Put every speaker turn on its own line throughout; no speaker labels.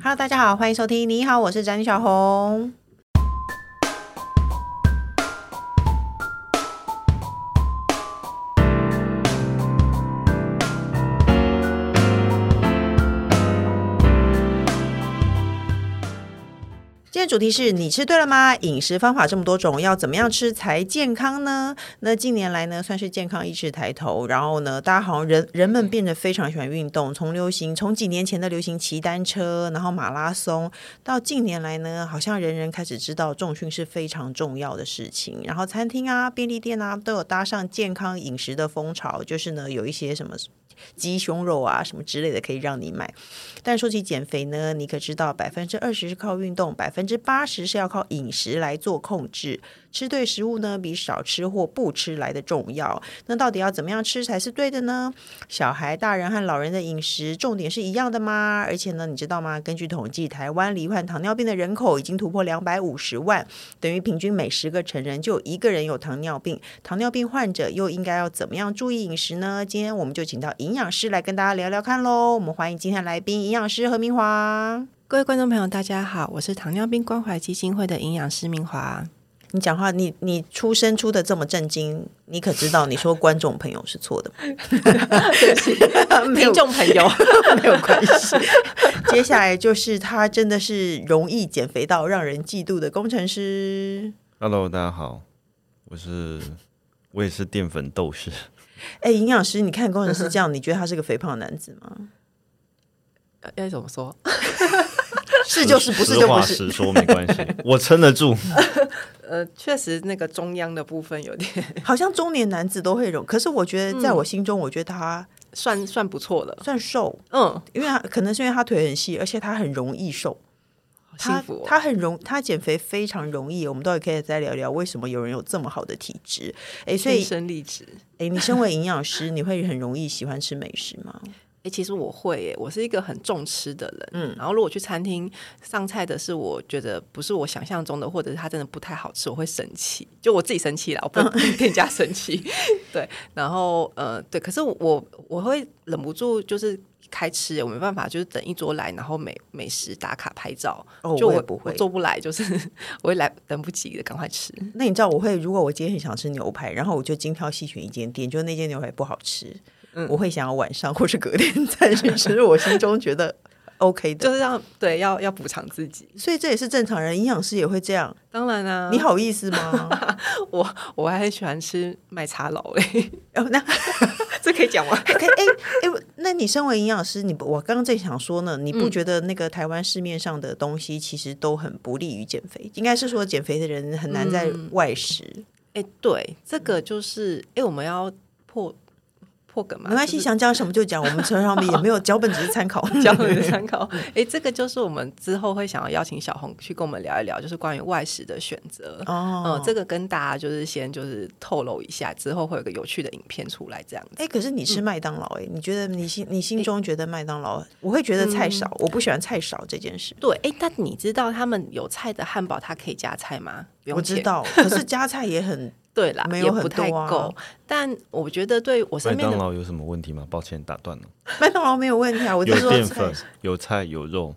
Hello，大家好，欢迎收听。你好，我是宅女小红。今天主题是你吃对了吗？饮食方法这么多种，要怎么样吃才健康呢？那近年来呢，算是健康意识抬头，然后呢，大家好像人人们变得非常喜欢运动，从流行从几年前的流行骑单车，然后马拉松，到近年来呢，好像人人开始知道重训是非常重要的事情，然后餐厅啊、便利店啊都有搭上健康饮食的风潮，就是呢有一些什么鸡胸肉啊什么之类的可以让你买。但说起减肥呢，你可知道百分之二十是靠运动，百分之八十是要靠饮食来做控制。吃对食物呢，比少吃或不吃来的重要。那到底要怎么样吃才是对的呢？小孩、大人和老人的饮食重点是一样的吗？而且呢，你知道吗？根据统计，台湾罹患糖尿病的人口已经突破两百五十万，等于平均每十个成人就有一个人有糖尿病。糖尿病患者又应该要怎么样注意饮食呢？今天我们就请到营养师来跟大家聊聊看喽。我们欢迎今天的来宾，营养师何明华。
各位观众朋友，大家好，我是糖尿病关怀基金会的营养师明华。
你讲话，你你出声出的这么震惊，你可知道你说观众朋友是错的吗？
对 不起，
没有
听众朋友，
没有关系。 接下来就是他真的是容易减肥到让人嫉妒的工程师。
Hello，大家好，我是我也是淀粉斗士，
哎，营养师，你看工程师这样，你觉得他是个肥胖的男子吗？
呃要怎么说？
是就是不是
实
就
话
不
实
是。
说没关系，我撑 得住。
呃，确实那个中央的部分有点
好像中年男子都会容，可是我觉得在我心中，我觉得他
算算不错了，
算瘦，
嗯，
因为他可能是因为他腿很细，而且他很容易瘦。
好幸
他
福、哦。
他很容，他减肥非常容易。我们到底可以再聊聊为什么有人有这么好的体质？哎，所
天
以
生丽质。
哎，你身为营养师，你会很容易喜欢吃美食吗？
哎、其实我会、耶，我是一个很重吃的人。嗯，然后如果去餐厅上菜的是我觉得不是我想象中的，或者是它真的不太好吃，我会生气，就我自己生气啦，我不
嗯
能 店家生气。对，然后呃，对，可是我我会忍不住就是。开吃耶，我没办法，就是等一桌来，然后美美食打卡拍照，
哦
就
我也
我
不会嗯
我做不来，就是 我会来等不及的，赶快吃。
那你知道我会，如果我今天很想吃牛排，然后我就精挑细选一间店，就那间牛排不好吃，
嗯
我会想要晚上或是隔天再去吃， 我心中觉得 OK
就
的。
是要对要要补偿自己。
所以这也是正常人，营养师也会这样，
当然啊，
你，好意思 吗？
我我还很喜欢吃麦茶佬诶，
哦，那
这可以讲吗？
可以，哎、哎、那你身为营养师，你不我刚刚正想说呢，
嗯
你不觉得那个台湾市面上的东西其实都很不利于减肥？应该是说减肥的人很难在
嗯
外食，
哎、对，这个就是哎、我们要破破梗嘛，
没关系，
啊 就是
想讲什么就讲，我们车上面也没有脚本，只是参 考。
交流的参考。哎、这个就是我们之后会想要邀请小红去跟我们聊一聊，就是关于外食的选择。
哦
嗯，这个跟大家就是先就是透露一下，之后会有个有趣的影片出来，这样子。
哎、可是你吃
嗯
麦当劳、哎、你觉得你心你心中觉得麦当劳，我会觉得菜少，
嗯
我不喜欢菜少这件事。
对，哎、但你知道他们有菜的汉堡，它可以加菜吗？不用
我知
钱。
道，可是加菜也很
对啦，
没
也
有很
不太
多啊
够。但我觉得对我
麦
身边
当
的
劳有什么问题吗？抱歉打断了，
麦当劳没有问题啊，我是
有
说
淀
菜
粉，有菜，有肉，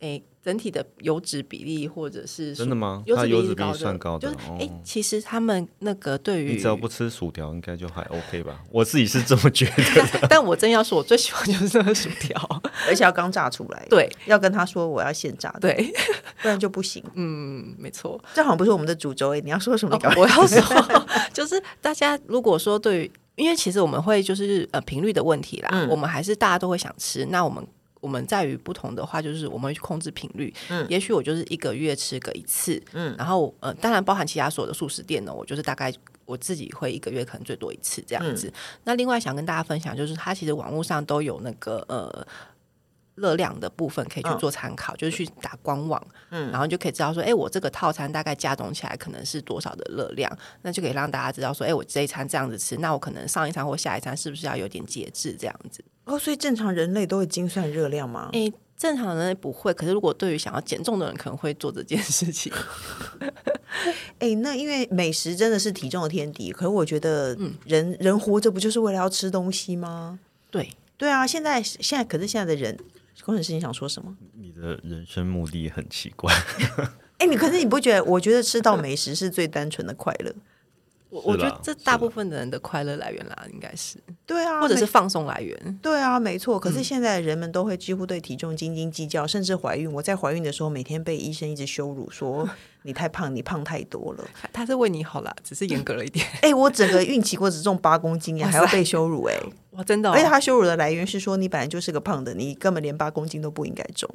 诶整体的油脂比例或者是
真的吗
油
它
脂
油
比例
脂比例
的
算高
就
的
是
哦
诶，其实他们那个对于
你 只要不吃薯条，应该就还 OK 吧？我自己是这么觉得。
但但我真要说，我最喜欢就是那个薯条。
而且要刚炸出来，，
对
要跟他说我要现炸的，
对，
不然就不行。
嗯，没错。
这好像不是我们的主轴哎、你要说什么？
哦
你赶快
我 要说， 就是大家如果说对于，因为其实我们会就是呃频率的问题啦，我们还是大家都会想吃。那我们我们在于不同的话，就是我们会去控制频率。嗯，也许我就是一个月吃个一次，嗯，然后呃，当然包含其他所有的素食店呢，我就是大概。我自己会一个月可能最多一次这样子。那另外想跟大家分享，就是它其实网络上都有那个呃热量的部分可以去做参考，就是去打官网，嗯，然后你就可以知道说，哎、我这个套餐大概加总起来可能是多少的热量，那就可以让大家知道说，哎、我这一餐这样子吃，那我可能上一餐或下一餐是不是要有点节制这样子？
哦，所以正常人类都会精算热量吗？
哎、正常人不会，可是如果对于想要减重的人，可能会做这件事 情。
哎、那因为美食真的是体重的天敌，可是我觉得
嗯
人、人活着不就是为了要吃东西吗？
对，
对啊，现在现在可是现在的人工程师，你想说什么？
你的人生目的很奇怪，
哎，你可是你不觉得？我觉得吃到美食是最单纯的快乐。
我我觉得
是啦
这
是
大
啦
部分的人的快乐来源啦，应该是
对啊，
或者
每
是放松来源。
对啊，没
嗯
错。可是现在人们都会几乎对体重斤斤计较，甚至怀孕。我在怀孕的时候，每天被医生一直羞辱说你太胖，你胖太多了。
他他是为你好啦，只是严格了一点。
哎、我整个孕期我只重八公斤耶，
哇
还
塞
要被羞辱哎、
哇，真的、哦
而且，他羞辱的来源是说你本来就是个胖的，你根本连八公斤都不应该重。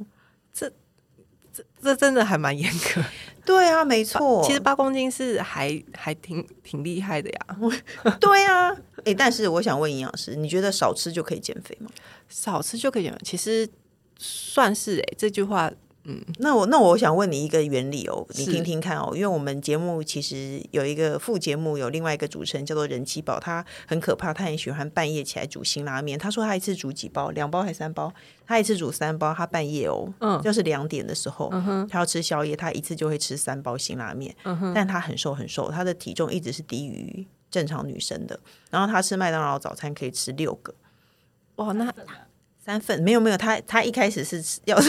这真的还蛮严格。
对啊，没错。
其实八公斤是还还挺挺厉害的呀。
对啊，哎、但是我想问营养师，你觉得少吃就可以减肥吗？
少吃就可以减肥，其实算是哎、这句话
那我那我想问你一个原理哦，你
是
听听看哦，因为我们节目其实有一个副节目，有另外一个主持人叫做人气宝，他很可怕，他很喜欢半夜起来煮辛拉面。他说他一次煮几包，两包还三包，他一次煮三包，他半夜哦，
嗯
要是两点的时候，他要吃宵夜，他一次就会吃三包辛拉面，
嗯
但他很瘦很瘦，他的体重一直是低于正常女生的，然后他吃麦当劳早餐可以吃六个。
哇，那
三份没有没有，他他一开始是吃 要，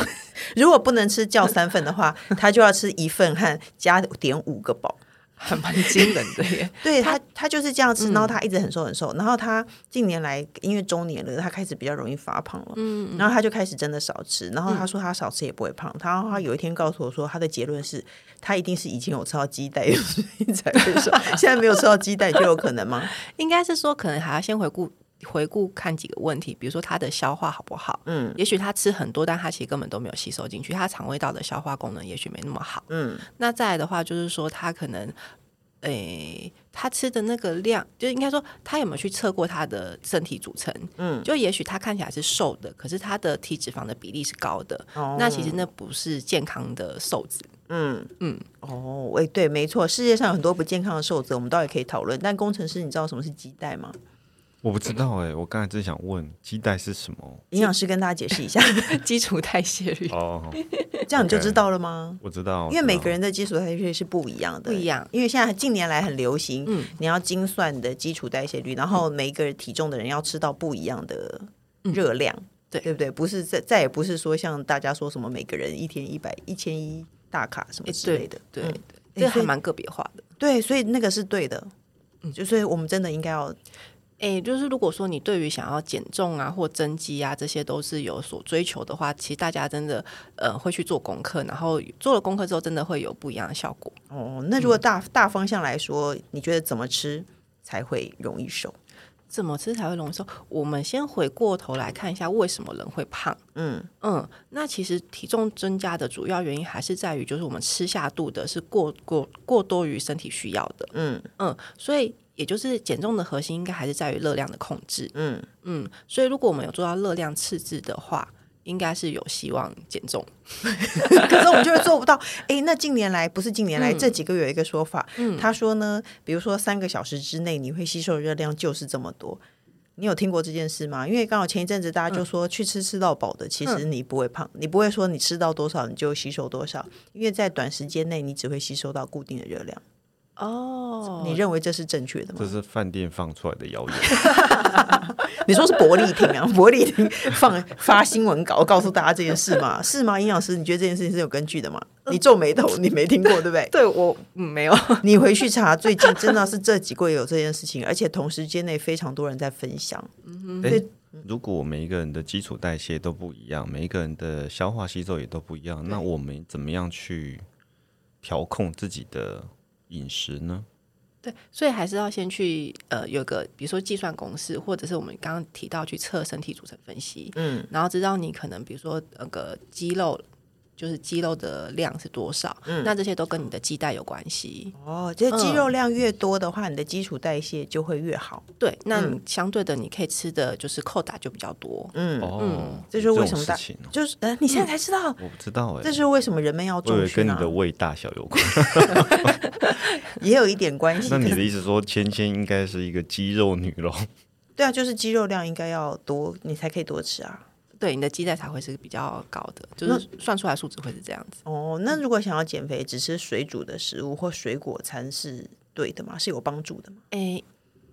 如果不能吃叫三份的话，他就要吃一份和加点五个饱。
还蛮惊人的耶。
对他嗯他就是这样吃，然后他一直很瘦很瘦，然后他近年来因为中年了，他开始比较容易发胖了，嗯，然后他就开始真的少吃，然后他说他少吃也不会胖，他他有一天告诉我说他的结论是他一定是以前有吃到鸡蛋， 所以才会瘦，现在没有吃到鸡蛋就有可能吗？
应该是说，可能还要先回顾回顾看几个问题，比如说他的消化好不好？嗯，也许他吃很多，但他其实根本都没有吸收进去，他肠胃道的消化功能也许没那么好。
嗯，
那再来的话，就是说他可能，诶、他吃的那个量，就应该说他有没有去测过他的身体组成？嗯，就也许他看起来是瘦的，可是他的体脂肪的比例是高的，
哦
那其实那不是健康的瘦子。
嗯嗯
嗯，
哦，哎，对，没错，世界上有很多不健康的瘦子，我们倒也可以讨论。但工程师，你知道什么是鸡蛋吗？
我不知道哎、我刚才正想问鸡蛋是什么
营养师跟大家解释一下，
基础代谢率
哦，
这样你就知道了吗？
我知道，
因为每
我知道
个人的基础代谢率是不一样的，
不一样
因为现在近年来很流行，
嗯
你要精算你的基础代谢率，然后每一个体重的人要吃到不一样的热量，
嗯对
对不对？不是再再也不是说像大家说什么每个人一天一百一千一大卡什么
诶
之类
对
的，
对
嗯
对，这个
所
还
以
蛮个别化的。
对，所以那个是对的。
嗯
就所以，我们真的应该要
诶，就是如果说你对于想要减重啊或增肌啊这些都是有所追求的话，其实大家真的呃会去做功课，然后做了功课之后，真的会有不一样的效果。
哦，那如果大、大方向来说，你觉得怎么吃才会容易瘦？
怎么吃才会容易瘦？我们先回过头来看一下为什么人会胖。
嗯
嗯，那其实体重增加的主要原因还是在于，就是我们吃下肚的是过过过多于身体需要的。
嗯
嗯，所以也就是减重的核心应该还是在于热量的控制。
嗯，
嗯，所以如果我们有做到热量赤字的话，应该是有希望减重。
可是我们就是做不到。哎，那近年来不是近年来、这几个月有一个说法，他说呢，比如说三个小时之内你会吸收的热量就是这么多。你有听过这件事吗？因为刚好前一阵子大家就说、去吃吃到饱的，其实你不会胖，你不会说你吃到多少你就吸收多少，因为在短时间内你只会吸收到固定的热量。
哦，
你认为这是正确的吗？
这是饭店放出来的谣言，
你说是伯利婷啊？ 伯利婷放发新闻稿告诉大家这件事吗？ 是吗？营养师，你觉得这件事情是有根据的吗？你皱眉头，你没听过对不对？
对我、嗯、没有，
你回去查，最近真的是这几个月有这件事情，而且同时间内非常多人在分享。
哎，如果每一个人的基础代谢都不一样，每一个人的消化吸收也都不一样，那我们怎么样去调控自己的饮食呢？
对，所以还是要先去呃有个比如说计算公式，或者是我们刚刚提到去测身体组成分析，
嗯，
然后知道你可能比如说那个肌肉。就是肌肉的量是多少，那这些都跟你的肌带有关系。
哦，就是肌肉量越多的话，你的基础代谢就会越好。
对，那你相对的，你可以吃的就是扣打就比较多。
嗯，
哦，
这就是为什
种
么
事
大
情哦
就是呃，你现在才知道，
我不知道哎、
这是为什么人们要
我以
重
为跟
训
你
啊
的，胃大小有关。
也有一点关系
那。你的意思说，芊芊应该是一个肌肉女 喽？
对啊，就是肌肉量应该要多，你才可以多吃啊。
对，你的肌带才会是比较高的，就是算出来数值会是这样子。
哦，那如果想要减肥，只吃水煮的食物或水果餐是对的吗？是有帮助的吗？
诶，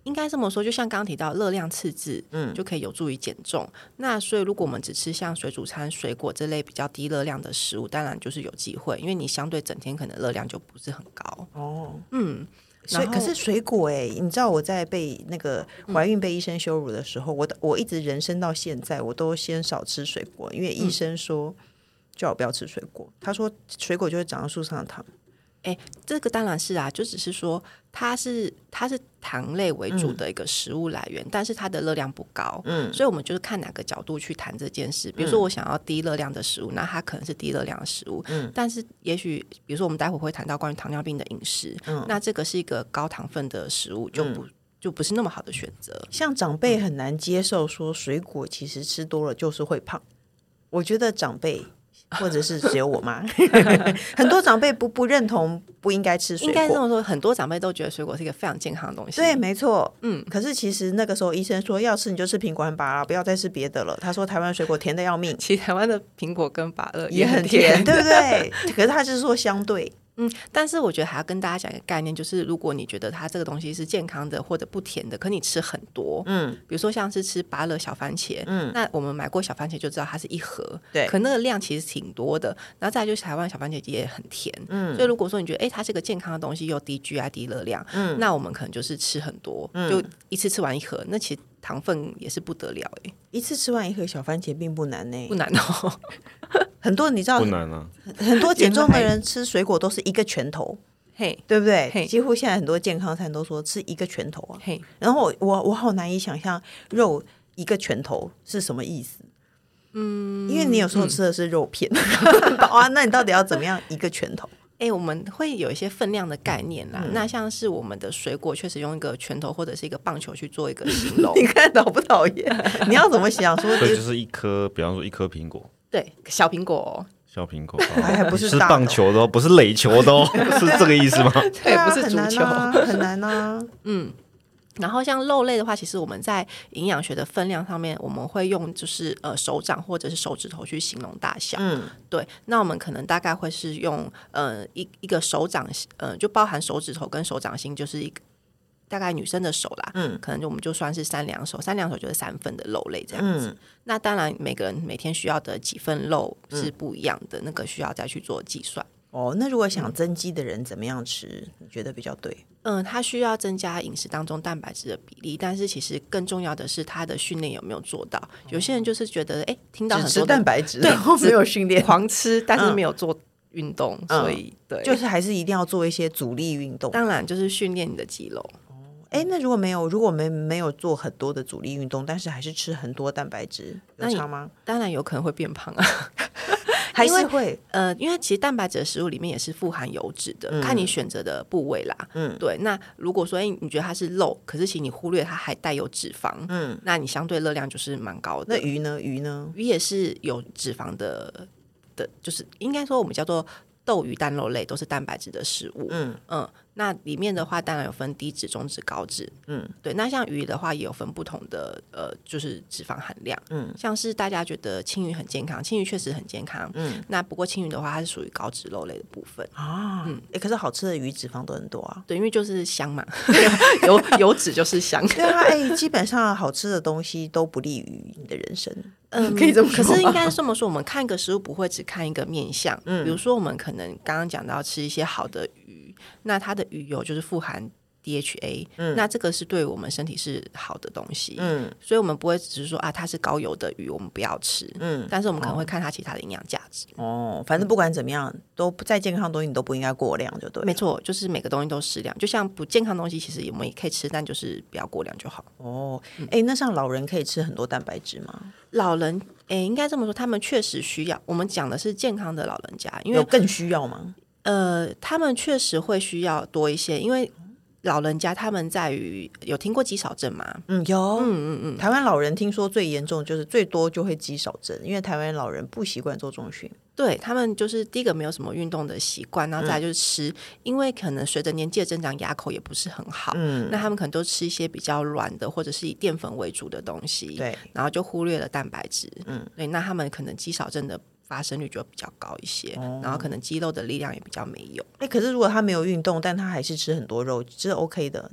应该这么说，就像刚刚提到热量赤字，嗯，就可以有助于减重。那所以，如果我们只吃像水煮餐、水果这类比较低热量的食物，当然就是有机会，因为你相对整天可能热量就不是很高。
哦，
嗯，
所以
然
可
后
是水果哎、你知道我在被那个怀孕被医生羞辱的时候，我的我一直人生到现在，我都先少吃水果，因为医生说。叫我不要吃水果，他说水果就会长到树上的糖。
哎、这个当然是啊，就只是说它是它是糖类为主的一个食物来源，但是它的热量不高，嗯，所以我们就是看哪个角度去谈这件
嗯
事。比如说，我想要低热量的食物，那它可能是低热量的食物，嗯，但是也许比如说我们待会会谈到关于糖尿病的饮食，嗯，那这个是一个高糖分的食物，
嗯
就不、就不是那么好的选择。
像长辈很难接受说水果其实吃多了就是会胖，我觉得长辈。或者是只有我妈， 很多长辈不不认同不应该吃水
应该这
果。
么说，很多长辈都觉得水果是一个非常健康的东西，
对，没错，嗯。可是其实那个时候医生说，要吃你就吃苹果和芭乐，不要再吃别的了。他说台湾水果甜的要 命，
其实台湾的苹果跟芭乐
也很
很
甜，
甜，
对不对？ 可是他是说相对，
嗯，但是我觉得还要跟大家讲一个概念，就是如果你觉得它这个东西是健康的或者不甜的，可你吃很多，
嗯，
比如说像是吃芭乐小番茄，嗯，那我们买过小番茄就知道它是一盒，
对
可那个量其实挺多的。然后再来就是台湾小番茄也很甜，嗯，所以如果说你觉得哎、它是个健康的东西，又低 GI 低热量，嗯，那我们可能就是吃很多，就一次吃完一盒，那其实糖分也是不得了哎、
一次吃完一盒小番茄并不难呢、
不难 哦。
很多你知道
不，难啊。
很多减重的
原来
人吃水果都是一个拳头，
嘿，
对不对？
嘿
几乎现在很多健康餐都说吃一个拳头啊。
嘿，
然后我我我好难以想象肉一个拳头是什么意思。嗯，因为你有时候吃的是肉片， 啊，那你到底要怎么样一个拳头？。
哎、我们会有一些分量的概念啦。那像是我们的水果，确实用一个拳头或者是一个棒球去做一个形容
你看讨不讨厌？你要怎么想 说？
所以就是一颗，比方说一颗苹果，
对，小苹果、哦，
小苹 果，
哎不是
是
大的哦
棒球的哦，不是垒 球的哦，是这个意思吗？
对啊，
不是
很
足
难
球。
啊，很难 啊。
然后像肉类的话，其实我们在营养学的分量上面，我们会用就是呃手掌或者是手指头去形容大小。
嗯，
对，那我们可能大概会是用呃一一个手掌，呃就包含手指头跟手掌心，就是一个大概女生的手啦，嗯，可能就我们就算是三两手，三两手就是三份的肉类这样子。那当然每个人每天需要的几份肉是不一样的，那个需要再去做计算。
哦，那如果想增肌的人怎么样吃？你觉得比较对？
嗯，它需要增加饮食当中蛋白质的比例，但是其实更重要的是他的训练有没有做到。有些人就是觉得，哎，听到
只
很
吃
多的
蛋白质，
对
然后
只
没有训练，
狂吃，但是没有做运动，所以对，
就是还是一定要做一些阻力运动。
嗯当然就是训练你的肌肉。
哎，那如果没有，如果没没有做很多的阻力运动，但是还是吃很多蛋白质，有
那你
差吗？
当然有可能会变胖啊，
还
因为
是会
呃，因为其实蛋白质的食物里面也是富含油脂的，看你选择的部位啦。嗯，对。那如果说哎、你觉得它是肉，可是其实你忽略它还带有脂肪，嗯，那你相对热量就是蛮高
那
的。
鱼呢？鱼呢？
鱼也是有脂肪的的，就是应该说我们叫做豆鱼蛋肉类都是蛋白质的食物。嗯嗯，那里面的话当然有分低脂、中脂、高脂。嗯，对。那像鱼的话也有分不同的呃，就是脂肪含量。嗯，像是大家觉得青鱼很健康，青鱼确实很健康。嗯，那不过青鱼的话它是属于高脂肉类的部分。
啊，哎，可是好吃的鱼脂肪都很多啊。
对，因为就是香嘛， 油油脂就是香。
对啊，哎，基本上好吃的东西都不利于你的人生。嗯， 可以这么
可
说吗。
是应该这么说，我们看一个食物不会只看一个面相。
嗯
比如说我们可能刚刚讲到吃一些好的鱼，那它的鱼油就是富含 DHA，、那这个是对我们身体是好的东西。
嗯
所以我们不会只是说啊，它是高油的鱼，我们不要吃。
嗯，
但是我们可能会看它其他的营养价值。
哦，反正不管怎么样，都不再健康的东西你都不应该过量，就对了。
没错，就是每个东西都适量，就像不健康的东西，其实我们也可以吃，但就是不要过量就好。
哦，哎，那像老人可以吃很多蛋白质吗？
老人，诶、应该这么说，他们确实需要。我们讲的是健康的老人家，因为
有更需要吗？
呃，他们确实会需要多一些，因为老人家他们在于有听过肌少症吗？
嗯，有，嗯嗯嗯，台湾老人听说最严重就是最多就会肌少症，因为台湾老人不习惯做重训。
对他们就是第一个没有什么运动的习惯，然
嗯
后再来就是吃，因为可能随着年纪的增长，牙口也不是很好，
嗯，
那他们可能都吃一些比较软的或者是以淀粉为主的东西，，
对，
然后就忽略了蛋白质，嗯，对，那他们可能肌少症的发生率就比较高一些，
哦
然后可能肌肉的力量也比较没有。
哎、可是如果他没有运动，但他还是吃很多肉，这是 OK 的。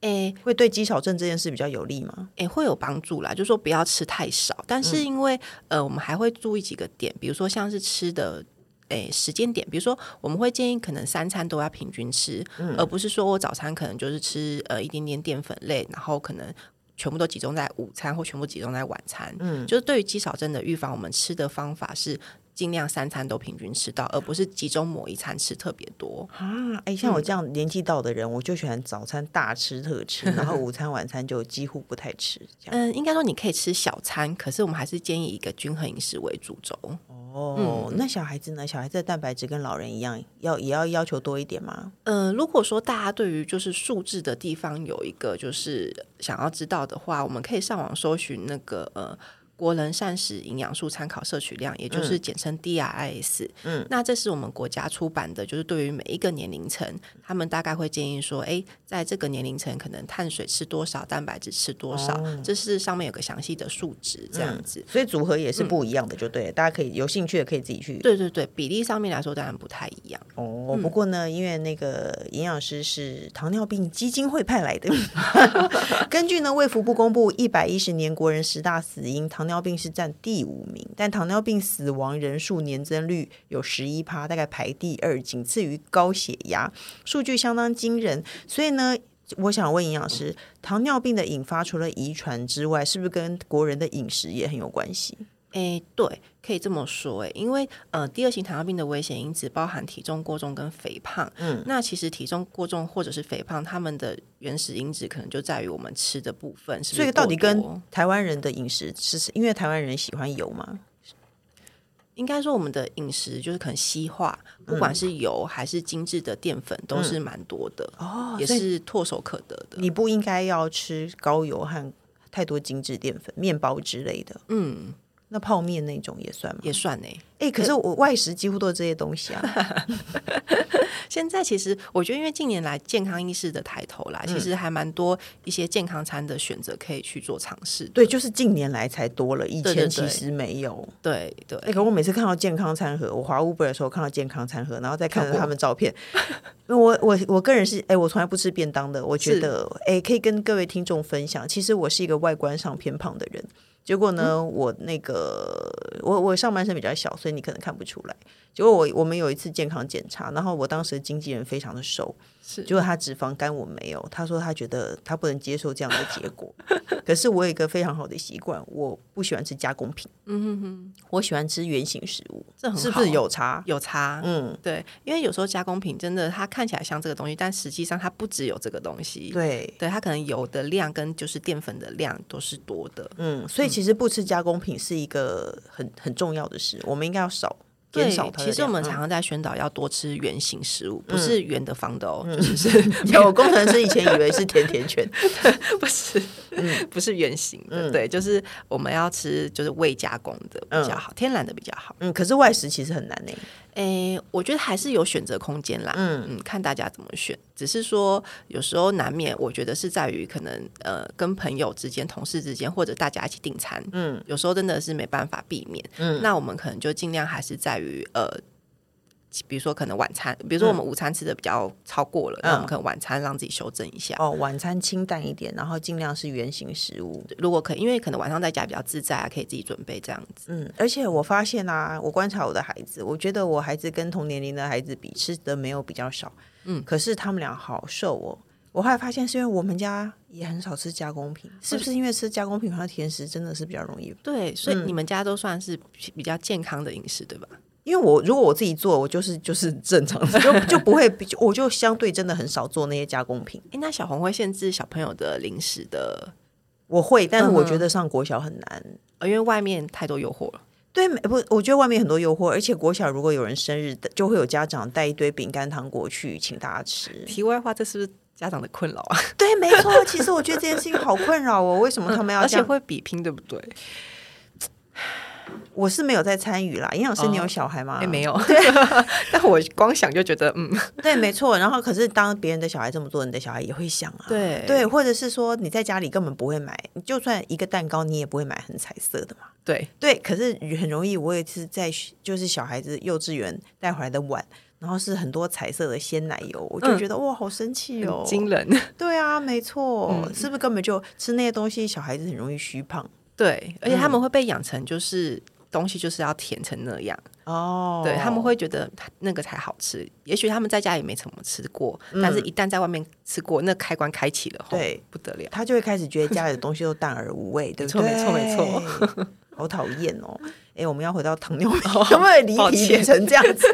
诶
会对肌少症这件事比较有利吗？
诶，会有帮助啦，就说不要吃太少，但是因为、呃，我们还会注意几个点，比如说像是吃的。诶，时间点，比如说，我们会建议可能三餐都要平均吃，而不是说我早餐可能就是吃呃一点点淀粉类，然后可能全部都集中在午餐或全部集中在晚餐。嗯，就是对于肌少症的预防，我们吃的方法是尽量三餐都平均吃到，而不是集中某一餐吃特别多。
啊，哎、像我这样年纪到的人，我就喜欢早餐大吃特吃，然后午餐晚餐就几乎不太吃，这 样。
嗯，应该说你可以吃小餐，可是我们还是建议以一个均衡饮食为主轴。
哦，那小孩子呢？小孩子的蛋白质跟老人一样，要也要要求多一点吗？
嗯，如果说大家对于就是数字的地方有一个就是想要知道的话，我们可以上网搜寻那个呃。国人膳食营养素参考摄取量，也就是简称 DRIS。嗯，那这是我们国家出版的，就是对于每一个年龄层，他们大概会建议说，哎、在这个年龄层，可能碳水吃多少，蛋白质吃多少，这是上面有个详细的数值，这样子。
所以组合也是不一样的，就对了。大家可以有兴趣的可以自己去
对对对，比例上面来说当然不太一样。
哦，
嗯
不过呢，因为那个营养师是糖尿病基金会派 来的， 根据呢卫福部公布一百一十年国人十大死因，糖尿病是占第五名，但糖尿病死亡人数年增率有十一趴，大概排第二，仅次于高血压，数据相当惊人。所以呢。我想问营养师，糖尿病的引发除了遗传之外，是不是跟国人的饮食也很有关系？
诶，对，可以这么说，诶，因为呃，第二型糖尿病的危险因子包含体重过重跟肥胖。嗯，那其实体重过重或者是肥胖，它们的原始因子可能就在于我们吃的部分，是不
所
是
以
过多？
到底跟台湾人的饮食是因为台湾人喜欢油吗？
应该说我们的饮食就是可能西化，不
嗯
管是油还是精致的淀粉，都是蛮多的，
哦嗯
也是唾手可得的。
你不应该要吃高油和太多精致淀粉、面包之类的。
嗯，
那泡面那种也算吗？
也算欸呢、
哎、可是我外食几乎都是这些东西啊。
现在其实我觉得，因为近年来健康意识的抬头啦，
嗯
其实还蛮多一些健康餐的选择可以去做尝试的。
对，就是近年来才多了，以
对对
前其
对
实没有。
对对，
哎、可我每次看到健康餐盒，我滑 Uber 的时候看到健康餐盒，然后再看着他们照片， 因为我我我个人是哎、我从来不吃便当的。我觉
是
得哎、可以跟各位听众分享，其实我是一个外观上偏胖的人。结果呢，我那个我我上半身比较小，所以你可能看不出来。结果我我们有一次健康检查，然后我当时的经纪人非常的瘦，
是
结果他脂肪肝我没有，他说他觉得他不能接受这样的结 果。可是我有一个非常好的习惯，我不喜欢吃加工品，嗯哼哼，我喜欢吃原形食物，
这很
是不
好
是有差？
有差，
嗯，
对，因为有时候加工品真的它看起来像这个东西，但实际上它不只有这个东西，，
对，
对，它可能油的量跟就是淀粉的量都是多的，
嗯，所以其实不吃加工品是一个很很重要的事，我们应该要少减少它的
其实我们常
量嗯
常在宣导要多吃原形食物，不是圆的方的哦，就是是
有工程师以前以为是甜甜圈，
不是、不是圆形的，对，就是我们要吃就是未加工的比较好，天然的比较好。
嗯，可是外食其实很难欸 呢、
诶，我觉得还是有选择空间啦，嗯嗯，看大家怎么选。只是说有时候难免，我觉得是在于可能呃，跟朋友之间、同事之间，或者大家一起订餐，嗯，有时候真的是没办法避免。嗯，那我们可能就尽量还是在于呃。比如说，可能晚餐，比如说我们午餐吃的比较超过了，那我们可能晚餐让自己修正一下。
哦，晚餐清淡一点，然后尽量是原形食物。
如果可以，因为可能晚上在家比较自在啊，可以自己准备这样子。
嗯，而且我发现啊，我观察我的孩子，我觉得我孩子跟同年龄的孩子比，吃的没有比较少，嗯，可是他们俩好瘦哦。我后来发现是因为我们家也很少吃加工品，是不是因为吃加工品和甜食真的是比较容易？
对，所以你们家都算是比比较健康的饮食，对吧？
因为我如果我自己做，我就是就是正常的， 就就不会比，我就相对真的很少做那些加工品。
哎，那小红会限制小朋友的零食的，
我会，但是我
嗯哼
觉得上国小很难。
呃因为外面太多诱惑了。
对，没不，我觉得外面很多诱惑，而且国小如果有人生日，就会有家长带一堆饼干糖果去请大家吃。
题外话，这是不是家长的困扰啊？
对，没错。其实
嗯
我觉得这件事情好困扰哦，为什么他们要
而
这
且
样？
会比拼，对不对？
我是没有在参与啦。营养师，你有小孩吗？
哎，没 有，但我光想就觉得，嗯，
对，没错。然后，可是当别人的小孩这么做，你的小孩也会想啊，
对
对，或者是说你在家里根本不会买，就算一个蛋糕，你也不会买很彩色的嘛。
对，
对，可是很容易，我也是在就是小孩子幼稚园带回来的碗，然后是很多彩色的鲜奶油，我就觉得、哇，好生气哦
嗯很，惊人，嗯
对啊，没错，是不是根本就吃那些东西，小孩子很容易虚胖
对，而且他们会被养成就是。东西就是要甜成那样，
哦？
嗯对他们会觉得那个才好吃。也许他们在家里没怎么吃过，但是一旦在外面吃过，那开关开启了，吼
对，
不得了。
他就会开始觉得家里的东西都淡而无味，对不对？
没错没错哦
没错， 好讨厌哦。哎，我们要回到糖尿 病，有没有离
抱
题
歉
离成这样子？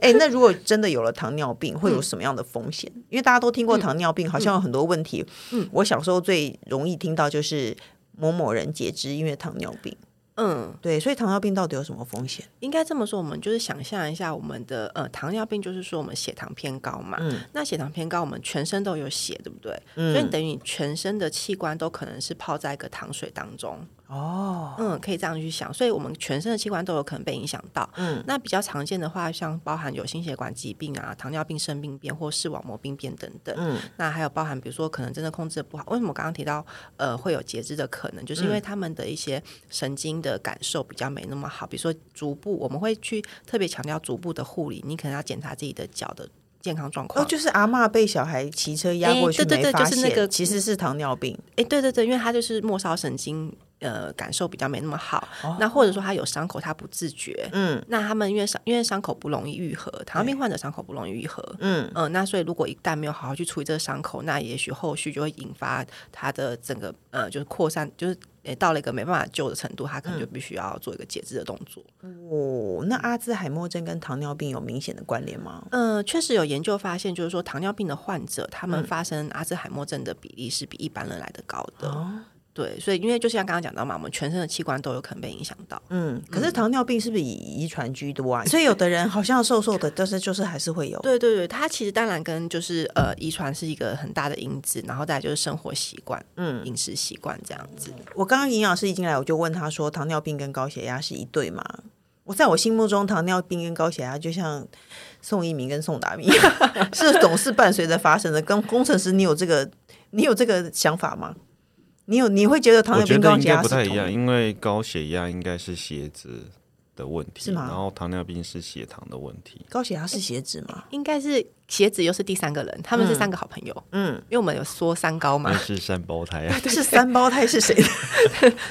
哎，那如果真的有了糖尿病，会有什么样的风 险？因为大家都
嗯
听过糖尿病，好像有很多问题。嗯，我小时候最容易听到就是某某人截肢，因为糖尿病。
嗯，
对，所以糖尿病到底有什么风险？
应该这么说，我们就是想象一下我们的呃糖尿病，就是说我们血糖偏高嘛。那血糖偏高，我们全身都有血，对不对？所
嗯
以等于你全身的器官都可能是泡在一个糖水当中。
哦，
嗯，可以这样去想。所以我们全身的器官都有可能被影响到。
嗯
那比较常见的话，像包含有心血管疾病啊、糖尿病、肾病变或视网膜病变等等。
嗯，
那还有包含，比如说可能真的控制的不好，为什么我刚刚提到呃会有截肢的可能，就是
嗯
因为他们的一些神经的感受比较没那么好，比如说足部，我们会去特别强调足部的护理，你可能要检查自己的脚的健康状况。
哦，就是阿嬷被小孩骑车压过去
哎对对
没
对
发
就是那
现
个
其实是糖尿病。
哎、对对对，因为它就是末梢神经呃感受比较没那么好，那或者说他有伤口他不自觉，
哦嗯，
那他们因为伤因为伤口不容易愈合，糖尿病患者伤口不容易愈合，
嗯
嗯、那所以如果一旦没有好好去处理这个伤口，那也许后续就会引发他的整个呃就是扩散就是。诶到了一个没办法救的程度，他
嗯
可能就必须要做一个截肢的动作。
哦，那阿兹海默症跟糖尿病有明显的关联吗？
嗯、确实有研究发现，就是说糖尿病的患者，他
嗯
们发生阿兹海默症的比例是比一般人来的高的。
哦
对，所以因为就像刚刚讲到嘛，我们全身的器官都有可能被影响到。
嗯，可是糖尿病是不是以遗传居多 啊？所以有的人好像瘦瘦的，但是就是还是会有。
对对对，它其实当然跟就是呃遗传是一个很大的因子，然后再来就是生活习惯、
嗯，
饮食习惯这样子。
我刚刚营养师一进来，我就问他说，糖尿病跟高血压是一对吗？我在我心目中，糖尿病跟高血压就像宋一鸣跟宋达明， 是总是伴随着发生的。跟工程师，你有这个，你有这个想法吗？你有，你会觉得糖
我
尿
觉
病
得
跟高
应
血
该
压
不
是
太
同
一样，
的
因为高血压应该是血脂的问题，
是吗
然后糖尿病是血糖的问题。
高血压是血脂吗？
应该是鞋子又是第三个人，他们是三个好朋友，
嗯，
因为我们有说三高嘛
那，是三胞胎啊，
是三胞胎是谁？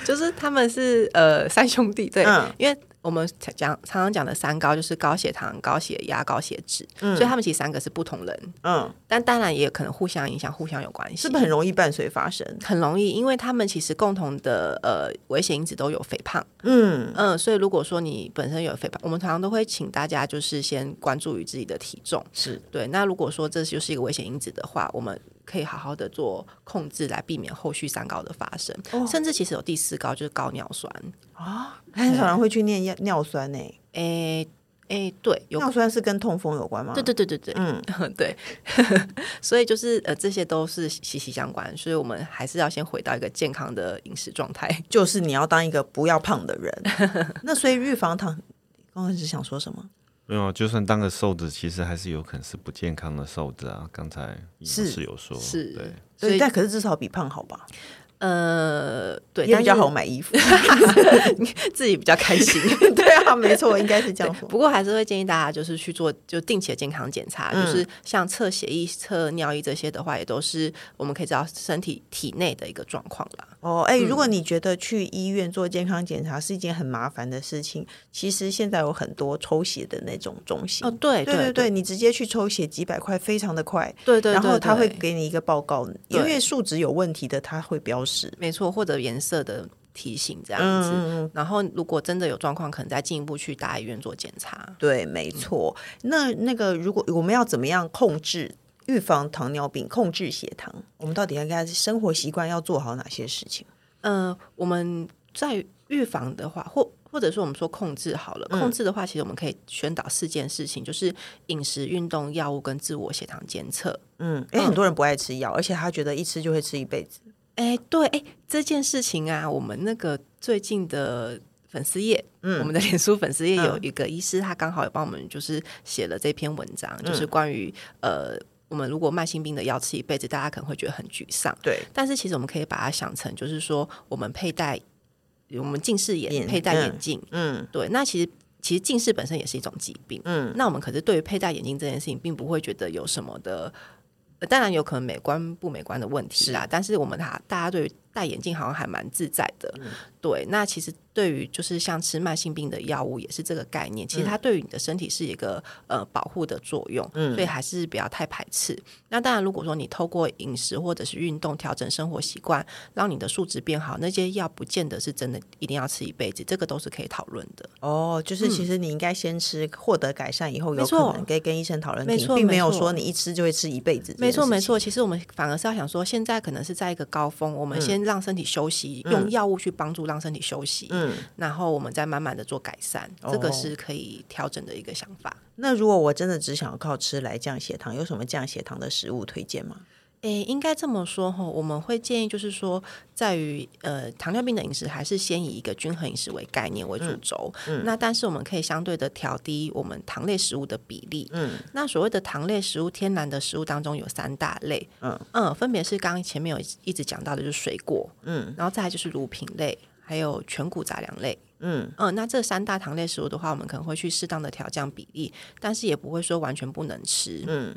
就是他们是呃三兄弟，对，
嗯
因为我们常讲常常讲的三高就是高血糖、高血压、高血脂，所以他们其实三个是不同人，
嗯，
但当然也有可能互相影响、互相有关系，
是不是很容易伴随发生？
很容易，因为他们其实共同的呃危险因子都有肥胖，
嗯，
嗯，所以如果说你本身有肥胖，我们常常都会请大家就是先关注于自己的体重，
是
对。那如果说这就是一个危险因子的话，我们可以好好的做控制，来避免后续三高的发生，
哦
甚至其实有第四高就是高尿酸，啊
很少人会去念尿尿酸呢、
诶诶，对，有
尿酸是跟痛风有关吗？
对对对对对，嗯，对，所以就是呃，这些都是息息相关，所以我们还是要先回到一个健康的饮食状态。
就是你要当一个不要胖的人。 那所以预防糖，刚开始想说什么？
没有，啊就算当个瘦子，其实还是有可能是不健康的瘦子啊。刚才医
是
师有说，
是
对，
所
对，
以
但可是至少比胖好吧，
呃，对，
也
但
比较
是
好买衣服。
自己比较开心。
对啊，没错，应该是这样 说。
不过还是会建议大家就是去做就定期的健康检查，
嗯
就是像测血液、测尿液这些的话，也都是我们可以知道身体体内的一个状况啦。
哦，哎、如果你觉得去医院做健康检查是一件很麻烦的事情，其实现在有很多抽血的那种中心。
哦，对
对
对
对，你直接去抽血几百块，非常的快。
对对，
然后他
他
会给你一个报告，因
对
为数值有问题的，他会标示。
没错，或者颜色的提醒这样子。
嗯，
然后，如果真的有状况，可能再进一步去大医院做检查。
对，没
嗯
错。那那个，如果我们要怎么样控制、预防糖尿病、控制血糖，我们到底应该生活习惯要做好哪些事情？
呃，我们在预防的话，或或者说我们说控制好了，控制的话，其实我们可以宣导四件事情，就是饮食、运动、药物跟自我血糖监测。
嗯，哎，很多人不爱吃药，而且他觉得一吃就会吃一辈子。
哎，对，哎，这件事情啊，我们那个最近的粉丝页，我们的脸书粉丝页有一个医师，他刚好也帮我们就是写了这篇文章，就是关于呃，我们如果慢性病的药吃一辈子，大家可能会觉得很沮丧，
对，
但是其实我们可以把它想成，就是说我们佩戴我们近视眼
眼
佩戴
嗯
眼镜，
嗯
对，那其实其实近视本身也是一种疾病，
嗯，
那我们可是对于佩戴眼镜这件事情，并不会觉得有什么的。呃当然有可能美观不美观的问题啦，但是我们大大家对于戴眼镜好像还蛮自在的，
嗯
对。那其实对于就是像吃慢性病的药物也是这个概念，其实
嗯
它对于你的身体是一个呃保护的作用，所以还是不要太排斥。那当然，如果说你透过饮食或者是运动调整生活习惯，让你的数值变好，那些药不见得是真的一定要吃一辈子，这个都是可以讨论的。
哦，就是其实你应该先吃，获得改善以后，有
嗯没错
可能可以跟医生讨论
没
停，
错
并
没
没有
错
说你一吃就会吃一辈子。
没错，没。错。其实我们反而是要想说，现在可能是在一个高峰，我们先让身体休息，用药物去帮助让身体休息，
嗯，
然后我们再慢慢的做改善，这
哦
个是可以调整的一个想法。
那如果我真的只想要靠吃来降血糖，有什么降血糖的食物推荐吗？
诶，应该这么说哈，我们会建议就是说，在于呃糖尿病的饮食还是先以一个均衡饮食为概念为主轴，那但是我们可以相对的调低我们糖类食物的比例。嗯，那所谓的糖类食物，天然的食物当中有三大类，
嗯
嗯分别是刚刚前面有一直讲到的，就是水果，嗯，然后再来就是乳品类，还有全谷杂粮类。
嗯
嗯，那这三大糖类食物的话，我们可能会去适当的调降比例，但是也不会说完全不能吃。
嗯，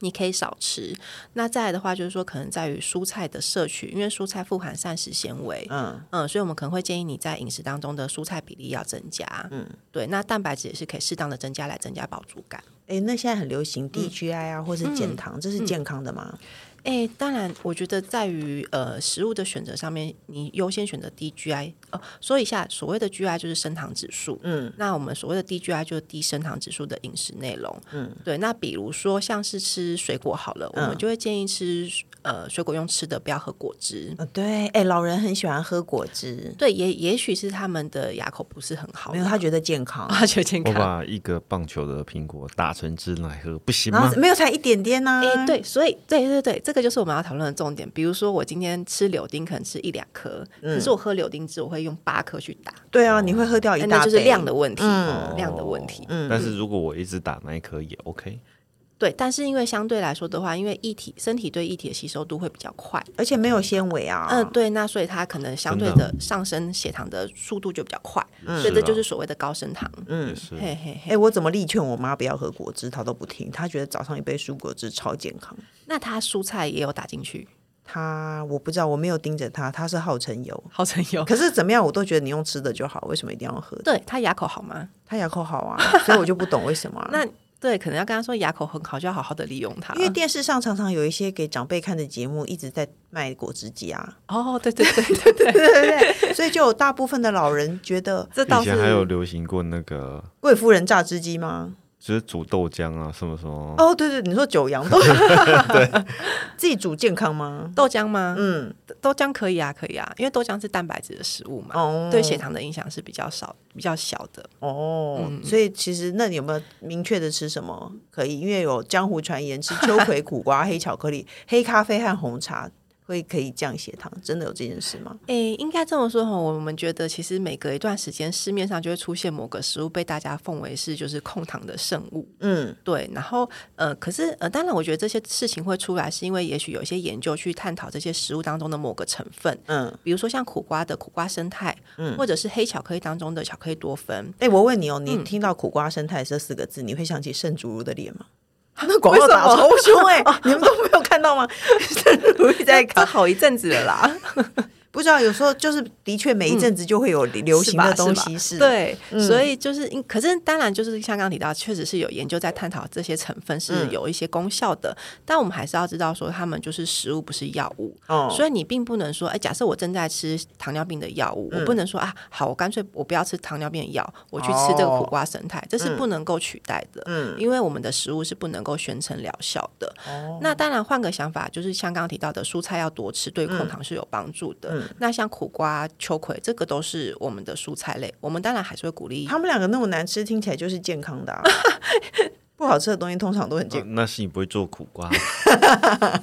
你可以少吃。那再来的话，就是说可能在于蔬菜的摄取，因为蔬菜富含膳食纤维。
嗯
嗯，所以我们可能会建议你在饮食当中的蔬菜比例要增加，嗯，对，那蛋白质也是可以适当的增加来增加饱足感。
哎，那现在很流
嗯
行 DGI 啊，或是减糖，这是健康的吗？
哎，当然，我觉得在于呃食物的选择上面，你优先选择 DGI 哦、说一下所谓的 GI 就是升糖指数，
嗯，
那我们所谓的 DGI 就是低升糖指数的饮食内容，嗯，对。那比如说像是吃水果好了，我们
嗯
就会建议吃呃水果用吃的，不要喝果汁。
呃，对，哎，老人很喜欢喝果汁，
对，也也许是他们的牙口不是很好，
没有他觉得健康，
他觉得健
我
康。
把一个棒球的苹果打成汁来喝，不行
然
吗
后？没有才一点点啊呢、
哎、对，所以对对对，这个就是我们要讨论的重点。比如说，我今天吃柳丁可能吃一两颗，可
嗯
是我喝柳丁汁，我会用八颗去打，
对啊，你会喝掉一
哎
大
那
杯，
就是量的问题，哦
嗯
量的问题。
嗯，但是如果我一直打那一颗也 OK，
对，但是因为相对来说的话，因为液体身体对液体的吸收度会比较快，
而且没有纤维啊。
嗯、对，那所以它可能相对
真的
的上升血糖的速度就比较快，
嗯
所以这
是啊
就是所谓的高升糖。
嗯，也是
嘿嘿
哎、
嘿，
我怎么力劝我妈不要喝果汁，她都不听，她觉得早上一杯蔬果汁超健康。
那它蔬菜也有打进去，
她我不知道，我没有盯着她，她是号称有，
好成有。
可是怎么样我都觉得你用吃的就好，为什么一定要喝？
对它牙口好吗？
她牙口好啊，所以我就不懂为什么、啊。
那嗯对，可能要跟他说牙口很好，就要好好的利用它。
因为电视上常常有一些给长辈看的节目一直在卖果汁机 啊，
哦，对对对对
对
对，
不对？所以就有大部分的老人觉得
这倒
以
是
前还有流行过那个，
贵夫人榨汁机吗？
就是煮豆浆啊，什么什么，
哦，对对，你说九阳豆，对，自己煮健康吗？
豆浆吗？
嗯，
豆浆可以啊，可以啊，因为豆浆是蛋白质的食物嘛，
哦，
对血糖的影响是比较少、比较小的。
哦，
嗯
所以其实那你有没有明确的吃什么可以？因为有江湖传言吃秋葵、苦瓜、黑巧克力、黑咖啡和红茶会可以降血糖，真的有这件事吗？
诶，应该这么说哈，我们觉得其实每隔一段时间，市面上就会出现某个食物被大家奉为是就是控糖的圣物。
嗯
对，然后呃，可是呃，当然，我觉得这些事情会出来，是因为也许有一些研究去探讨这些食物当中的某个成分，
嗯，
比如说像苦瓜的苦瓜生态，或者是黑巧克力当中的巧克力多酚。
哎、我问你哦，
嗯
你听到“苦瓜生态”这四个字，你会想起盛竹如的脸吗？那广告打
为什
超
哦
凶 哎、你们都没有看到吗？盛 竹如一直在
这
搞，
好一阵子了啦，
不知道有时候就是的确每一阵子就会有流行的
嗯是吧
东
是吧
西是，嗯
对，所以就是，可是当然就是像刚刚提到，确实是有研究在探讨这些成分是
嗯
有一些功效的，但我们还是要知道说，它们就是食物，不是药物。
哦，
所以你并不能说，哎、假设我正在吃糖尿病的药物，我不
嗯
能说啊，好，我干脆我不要吃糖尿病的药，我去吃这个苦瓜生态，这是不能够取代的，
哦嗯
因为我们的食物是不能够宣称疗效的。
哦
那当然，换个想法，就是像刚刚提到的，蔬菜要多吃，对控糖是有帮助的。
嗯
那像苦瓜、秋葵，这个都是我们的蔬菜类，我们当然还是会鼓 励。
他们两个那么难吃，听起来就是健康 的、啊。不好吃的东西通常都很健
那那是你不会做苦瓜，苦
啊
康，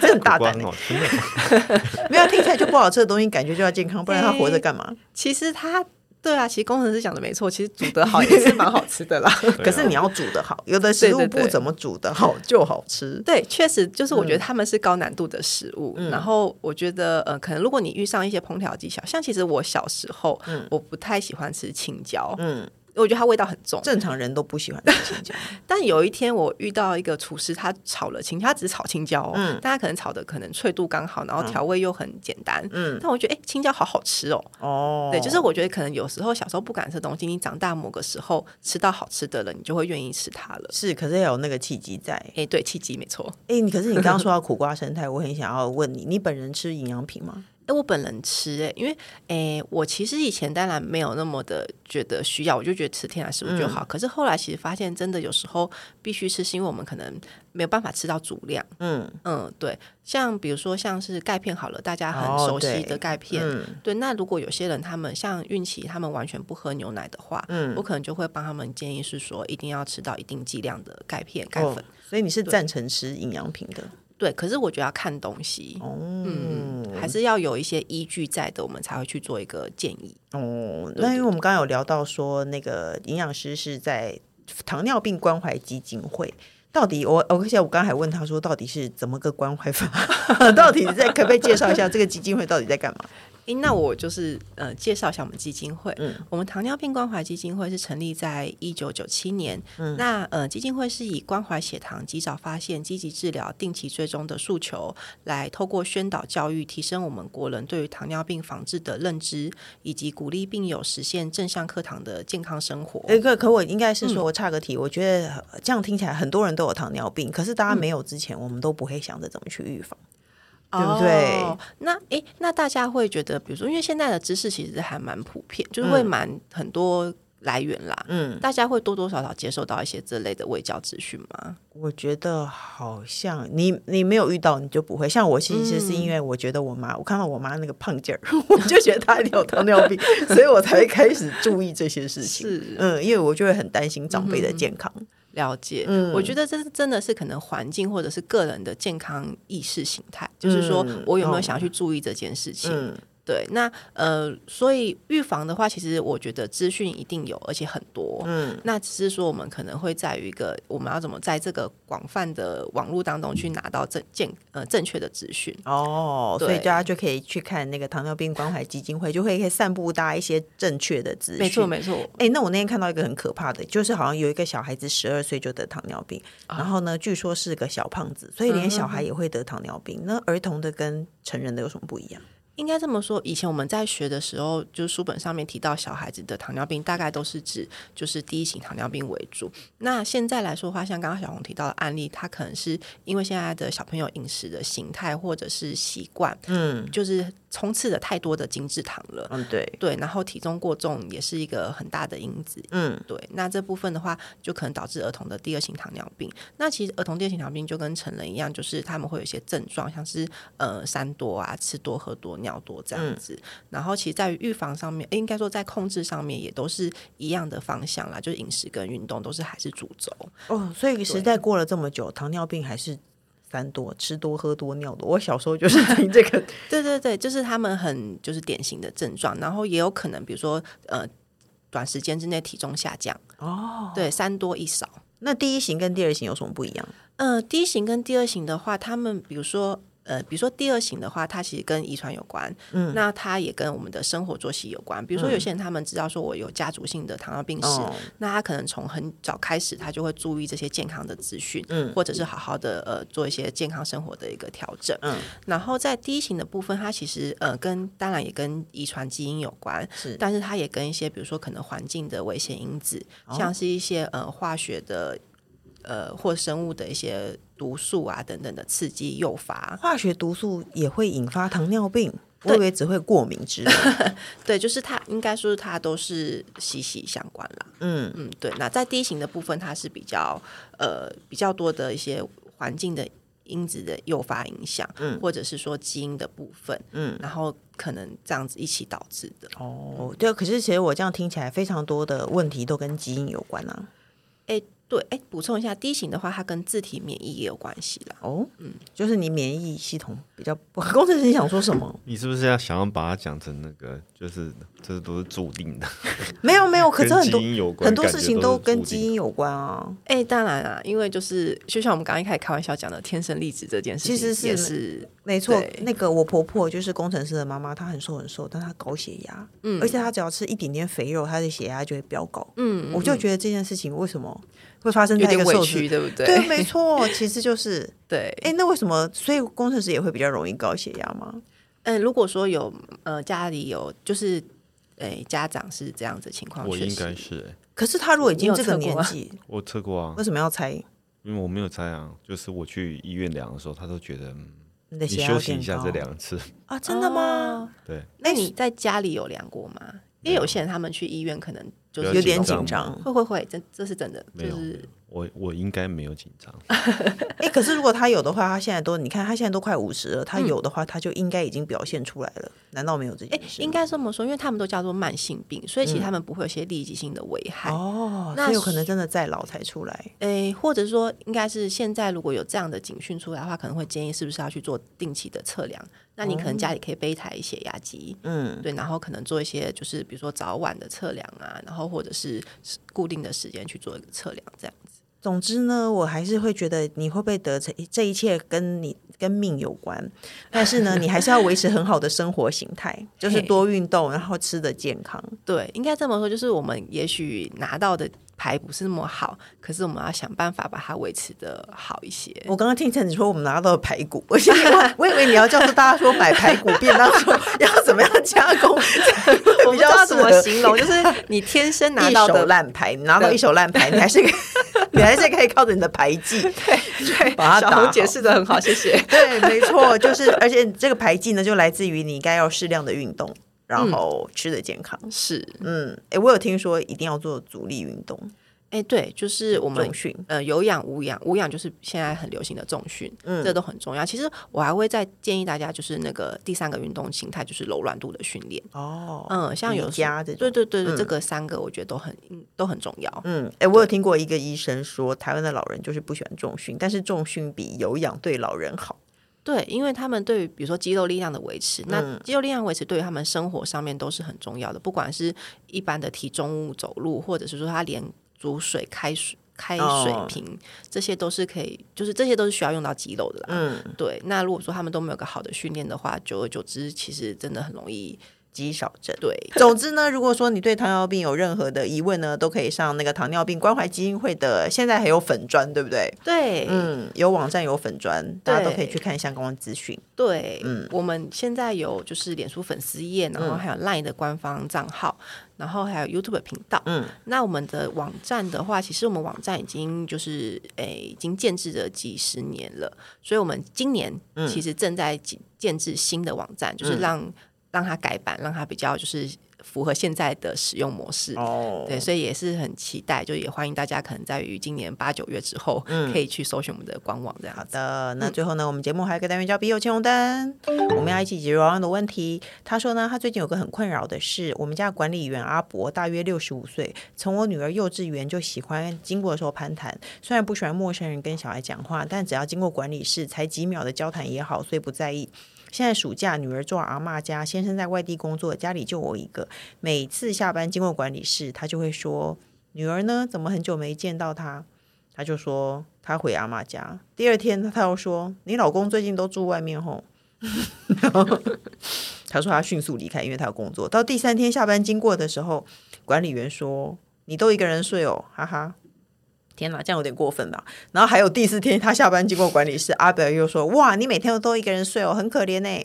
这很 大
瓜
胆
很
欸、
好吃的。
哦
没有听起来就不好吃的东西，感觉就要健康，不然他活着干嘛？
其实它对啊，其实工程师讲的没错，其实煮得好也是蛮好吃的 啦。
可是你要煮得好，有的食物
对对
不
对
怎么煮得好就好吃。
对，确实就是我觉得
嗯
他们是高难度的食物。然后我觉得呃，可能如果你遇上一些烹调技巧，像其实我小时候、我不太喜欢吃青椒，
嗯，
我觉得它味道很重。
正常人都不喜欢 吃青椒，
但有一天我遇到一个厨师，他炒了青椒，他只炒青椒、哦，
嗯
但他可能炒的可能脆度刚好，然后调味又很简单，
嗯
但我觉得哎、诶青椒好好吃哦。
哦，
对，就是我觉得可能有时候小时候不敢吃东西，你长大某个时候吃到好吃的了，你就会愿意吃它了。
是，可是要有那个契机在。
哎、对，契机没错。
哎、你可是你刚刚说到苦瓜生态，我很想要问你，你本人吃营养品吗？
哎，我本人吃哎、因为哎、我其实以前当然没有那么的觉得需要，我就觉得吃天然食物就
嗯
好。可是后来其实发现，真的有时候必须吃，是因为我们可能没有办法吃到足量。
嗯
嗯，对，像比如说像是钙片好了，大家很
哦
熟悉
对
的钙片，
嗯
对，那如果有些人他们像孕期，他们完全不喝牛奶的话，
嗯
我可能就会帮他们建议是说，一定要吃到一定剂量的钙片、钙粉。
哦，所以你是赞成吃营养品的
对，可是我觉得要看东西，
哦。
嗯，还是要有一些依据在的，我们才会去做一个建议。
哦，那因为我们刚刚有聊到说，那个营养师是在糖尿病关怀基金会。到底我我而且我刚才还问他说，到底是怎么个关怀法？ 到底在可不可以介绍一下这个基金会到底在干嘛？
诶，那我就是呃介绍一下我们基金会。
嗯
我们糖尿病关怀基金会是成立在一九九七年。
嗯
那呃基金会是以关怀血糖及早发现、积极治疗、定期追踪的诉求，来透过宣导教育，提升我们国人对于糖尿病防治的认知，以及鼓励病友实现正向课堂的健康生活。
哎、可可我应该是说，我岔个题，我觉得这样听起来很多人都有糖尿病，可是大家没有之前，我们都不会想着怎么去预防。对不对
哦那诶，那大家会觉得，比如说，因为现在的知识其实还蛮普遍，就是会蛮很多来源啦。
嗯，
大家会多多少少接受到一些这类的卫教资讯吗？
我觉得好像你你没有遇到，你就不会。像我其实是
嗯
因为我觉得我妈，我看到我妈那个胖劲儿， 我就觉得她一定有糖尿病，所以我才会开始注意这些事情。
是嗯
嗯，因为我就会很担心长辈的健康。
了解，
嗯
我觉得这是真的是可能环境或者是个人的健康意识形态，就是说
嗯
我有没
哦
有想要去注意这件事情。
嗯
对，那呃，所以预防的话，其实我觉得资讯一定有，而且很多。
嗯，
那只是说我们可能会在于一个我们要怎么在这个广泛的网络当中去拿到正健呃正确的资讯。
哦，所以
对
大家就可以去看那个糖尿病关怀基金会，就会可以散布大家一些正确的资讯。
没错，没错。
哎、那我那天看到一个很可怕的，就是好像有一个小孩子十二岁就得糖尿病，然后呢，据说是个小胖子，所以连小孩也会得糖尿病。那儿童的跟成人的有什么不一样？
应该这么说，以前我们在学的时候，就是书本上面提到小孩子的糖尿病，大概都是指就是第一型糖尿病为主。那现在来说的话，像刚刚小红提到的案例，他可能是因为现在的小朋友饮食的形态或者是习惯，
嗯
就是充斥着太多的精致糖了。
嗯，对，
对，然后体重过重也是一个很大的因子。
嗯
对，那这部分的话，就可能导致儿童的第二型糖尿病。那其实儿童第二型糖尿病就跟成人一样，就是他们会有一些症状，像是呃三多啊、吃多、喝多、尿多这样子。然后其实在于预防上面，诶应该说在控制上面也都是一样的方向啦，就是饮食跟运动都是还是主轴。
哦，所以时代过了这么久，糖尿病还是三多，吃多、喝多、尿多。我小时候就是听这个，
对对对，就是他们很就是典型的症状，然后也有可能比如说呃短时间之内体重下降，哦，对，三多一少。
那第一型跟第二型有什么不一样？
呃，第一型跟第二型的话，他们比如说。呃，比如说第二型的话，它其实跟遗传有关，嗯，那它也跟我们的生活作息有关。比如说有些人他们知道说我有家族性的糖尿病史，
哦
那他可能从很早开始他就会注意这些健康的资讯，
嗯
或者是好好的呃做一些健康生活的一个调整。
嗯，
然后在第一型的部分，它其实呃跟当然也跟遗传基因有关，
是
但是它也跟一些比如说可能环境的危险因子，
哦
像是一些呃化学的呃或生物的一些毒素啊等等的刺激诱发，
化学毒素也会引发糖尿病。我
对
以为只会过敏之类 的，
对，就是它应该说是它都是息息相关啦。
嗯，
嗯，对。那在第一型的部分，它是比较呃比较多的一些环境的因子的诱发影响，嗯，或者是说基因的部分，嗯，然后可能这样子一起导致的。
哦哦，对，可是其实我这样听起来，非常多的问题都跟基因有关啊。
哎、对，哎，补充一下，D 型的话，它跟自体免疫也有关系啦。
哦，就是你免疫系统比较不好。 工程师你想说什么？
你是不是要想要把它讲成那个，就是这都是注定的，
没有没有，可
跟
是很多
基因有关，
很多事情
都
都跟基因有关啊。
哎，当然啊，因为就是就像我们刚刚一开始开玩笑讲的，天生丽质这件事情，
其实是
也是
没错
对，
那个我婆婆就是工程师的妈妈，她很瘦很瘦，但她高血压，
嗯
而且她只要吃一点点肥肉，她的血压就会飙高。
嗯，
我就觉得这件事情为什么会发生
有
在一
点
个
委
瘦
屈，
子？
对不对？
对，没 错，其实就是，
对
哎，那为什么？所以工程师也会比较容易高血压吗？
嗯，如果说有呃家里有就是诶、家长是这样子情况，
我
确
应
实
该是、欸，
可是她如果已
你
经
有
这个
测过
年
吗
纪，
我测过啊
为，什么要猜
因为我没有猜啊，就是我去医院量的时候，他都觉得、嗯
你的
你
血压
休
有
息一
点
下
高
再量一 次，
啊？真的吗？
哦
对，
那
诶
你在家里有量过吗？因为有些人他们去医院可能就
不
是
要
有点
紧
紧
张
张。
会会会，这这是真的，
没
就
有，没
是
有我我应该没有紧张，
哎、可是如果他有的话，他现在都你看，他现在都快五十了，他有的话，他就应该已经表现出来了。难道没有这
哎
件，事吗？
应该这么说，因为他们都叫做慢性病，所
嗯
以其实他们不会有一些立即性的危害。
哦，
那
他有可能真的再老才出来。
诶，或者说，应该是现在如果有这样的警讯出来的话，可能会建议是不是要去做定期的测量？那你可
哦
能家里可以备一台血压机，
嗯，
对，然后可能做一些就是比如说早晚的测量啊，然后或者是固定的时间去做一个测量，这样子。
总之呢，我还是会觉得你会不会得这这一切跟你跟命有关，但是呢，你还是要维持很好的生活形态，就是
嘿
多运动，然后吃的健康。
对，应该这么说，就是我们也许拿到的牌不是那么好，可是我们要想办法把它维持的好 一些。
我刚刚听成你说我们拿到了排骨，我心里我我以为你要叫大家说买排骨便当，说要怎么样加工，
我
比
不知
较
道怎么
适合
形容，就是你天生拿到
一手
的
烂牌，你拿到一手烂牌，你还是 可以你还是可以靠着你的牌技。
对，
把它
小
打
红
好
解释的很好，谢谢。
对，没错，就是而且这个牌技呢，就来自于你应该要适量的运动，然
嗯
后吃的健康。
是，
嗯，哎、我有听说一定要做阻力运动，
哎、对，就是我们
重训
呃有氧、无氧，无氧就是现在很流行的重训，
嗯
这都很重要。其实我还会再建议大家，就是那个第三个运动形态，就是柔软度的训练。
哦，
嗯，像有
瑜
时
伽这种。
对对对对，
嗯
这个三个我觉得都很嗯都很重要。
嗯，哎、我有听过一个医生说，台湾的老人就是不喜欢重训，但是重训比有氧对老人 好。
对，因为他们对于比如说肌肉力量的维持，
嗯
那肌肉力量维持对于他们生活上面都是很重要的，不管是一般的提重物、走路，或者是说他连煮水、开水。开水
哦
瓶、这些都是可以，就是这些都是需要用到肌肉的啦。
嗯，
对，那如果说他们都没有个好的训练的话，久而久之，其实真的很容易
肌少症。
对。
总之呢，如果说你对糖尿病有任何的疑问呢，都可以上那个糖尿病关怀基金会的，现在还有粉砖，对不对？
对、
嗯，有网站有粉砖，大家都可以
对
去看相关的资讯。
对、
嗯
我们现在有就是脸书粉丝页，然后还有 LINE 的官方账号，然后还有 YouTube 的频道。
嗯，
那我们的网站的话，其实我们网站已经就是诶、已经建制了几十年了，所以我们今年
嗯
其实正在建建制新的网站，就是让、让它改版，让它比较就是符合现在的使用模式。
哦
对，所以也是很期待，就也欢迎大家可能在于今年八九月之后，可以去搜寻我们的官网这
嗯
样
好
子。
的，那最后呢，我们节目还有一个单元叫“笔友青红灯”，我们要一起解决网友的问题。他说呢，他最近有个很困扰的事，我们家管理员阿伯大约六十五岁，从我女儿幼稚园就喜欢经过的时候攀谈，虽然不喜欢陌生人跟小孩讲话，但只要经过管理室，才几秒的交谈也好，所以不在意。现在暑假，女儿住阿嬷家，先生在外地工作，家里就我一个。每次下班经过管理室，他就会说：“女儿呢？怎么很久没见到她？”他就说他回阿嬷家。第二天，他又说：“你老公最近都住外面吼。”然后 他说他迅速离开，因为他有工作。到第三天下班经过的时候，管理员说：“你都一个人睡哦，哈哈。”天哪，这样有点过分吧？然后还有第四天，他下班经过管理室，阿表又说：“哇，你每天都一个人睡哦，很可怜呢、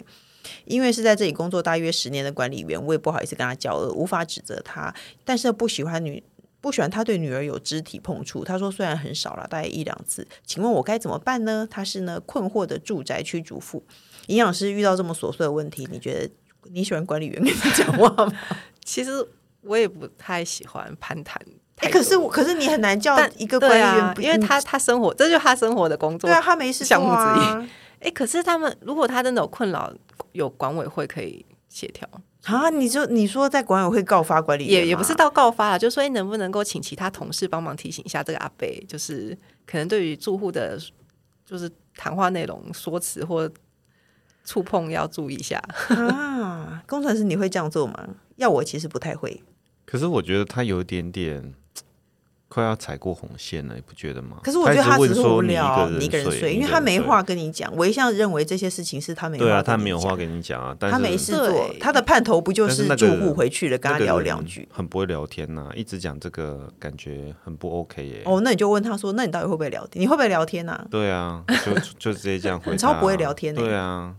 因为是在这里工作大约十年的管理员，我也不好意思跟他交恶，无法指责他，但是不喜欢女。不喜欢他对女儿有肢体碰触，他说虽然很少了，大概一两次。请问我该怎么办呢？他是呢困惑的住宅区主妇，营养师遇到这么琐碎的问题，你觉得你喜欢管理员跟你讲话吗？
其实我也不太喜欢攀谈 太
哎
多，
可是我，可是你很难叫
但
一个管理
对
员
啊
不，
因为
你
他他生活，这就是他生活的工作。
对啊，他没事做
项目之
啊。
哎，可是他们如果他真的有困扰，有管委会可以协调。
啊，你就你说在管委会告发管理员
也也不是
吗
到告发了，就说哎，能不能够请其他同事帮忙提醒一下这个阿贝，就是可能对于住户的，就是谈话内容、说辞或触碰要注意一下。
啊，工程师你会这样做吗？要我其实不太会，
可是我觉得他有一点点快要踩过红线了，你不觉得吗？
可是我觉得
他一
只
直问
是
说
无聊，
你
一个人
睡，
睡，
你
因为
一个
他
人
没
睡
话跟你讲。我一向认为这些事情是他没话
对啊，
跟
他
你
没有
讲
话跟你讲啊，但是
他没事做
对，
他的盼头不就
但是那
住
个
户回去了跟他
那个
聊
人
两句？
很不会聊天呐、一直讲这个感觉很不 OK 耶、
哦，那你就问他说，那你到底会不会聊天？你会不会聊天啊？
对啊，就就直接这样回答、啊。
你超不会聊天欸
对啊，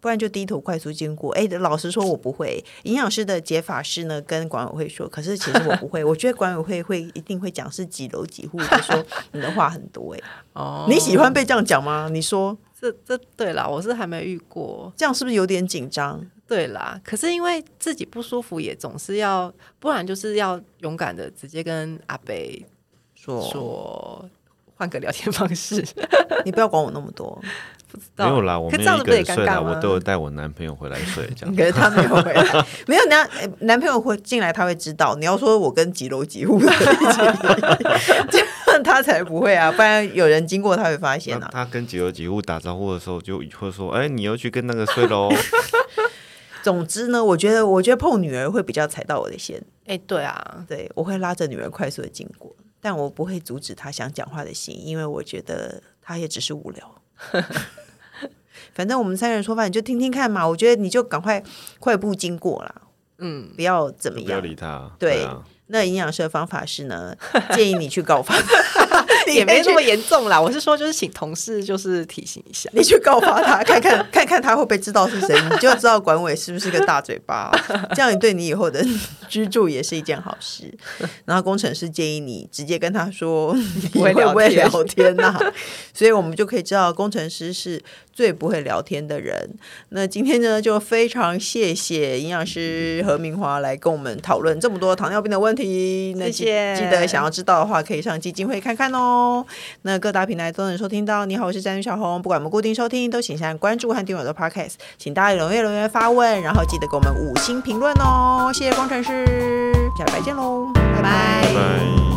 不然就低头快速经过。哎，老实说，我不会。营养师的解法是呢，跟管委会说，可是其实我不会。我觉得管委会会一定会讲是几楼几户，就说你的话很多、哎，
哦
你喜欢被这样讲吗？你说
这这对啦，我是还没遇过。
这样是不是有点紧张？
对啦，可是因为自己不舒服，也总是要，不然就是要勇敢的直接跟阿北
说
说。换个聊天方式，
你不要管我那么多，
没有啦，我
哦可
没
这样
有
子
一
不
个
是也尴
人睡啦，
尬吗
我都有带我男朋友回来睡，这 样。
可是他没有回来，没有男呃男朋友会进来，他会知道。你要说我跟几楼几户在一起， 这样他才不会啊，不然有人经过他会发现
那
啊。
他跟几楼几户打招呼的时候，就会说：“哎、你又去跟那个 睡喽。
总之呢，我觉得我觉得碰女儿会比较踩到我的线。
哎、对啊，
对，我会拉着女人快速的经过，但我不会阻止她想讲话的心，因为我觉得她也只是无聊。反正我们三人说话，你就听听看嘛。我觉得你就赶快快步经过啦，
嗯，
不要怎”么
不要
样。
理他。
对
啊，
那营养师的方法是呢，建议你去告发， 你
也没
去
那么严重啦。我是说，就是请同事就是提醒一下。
你去告发他，看看看看他会不会知道是 谁，你就知道管委是不是个大嘴巴。这样你对你以后的居住也是一件好 事。然后工程师建议你直接跟他说，你
不会
会不会
聊
聊
天
天呐、 所以我们就可以知道工程师是最不会聊天的人。那今天呢，就非常谢谢营养师何明华来跟我们讨论这么多糖尿病的问题。那记
谢谢
记得想要知道的话，可以上基金会看看哦。那各大平台都能收听到。你好，我是詹女小红。不管我们固定收听，都请先按关注和订阅我的 Podcast。请大家踊跃留言发问，然后记得给我们五星评论哦。谢谢工程师，下礼拜见喽，拜拜
拜拜。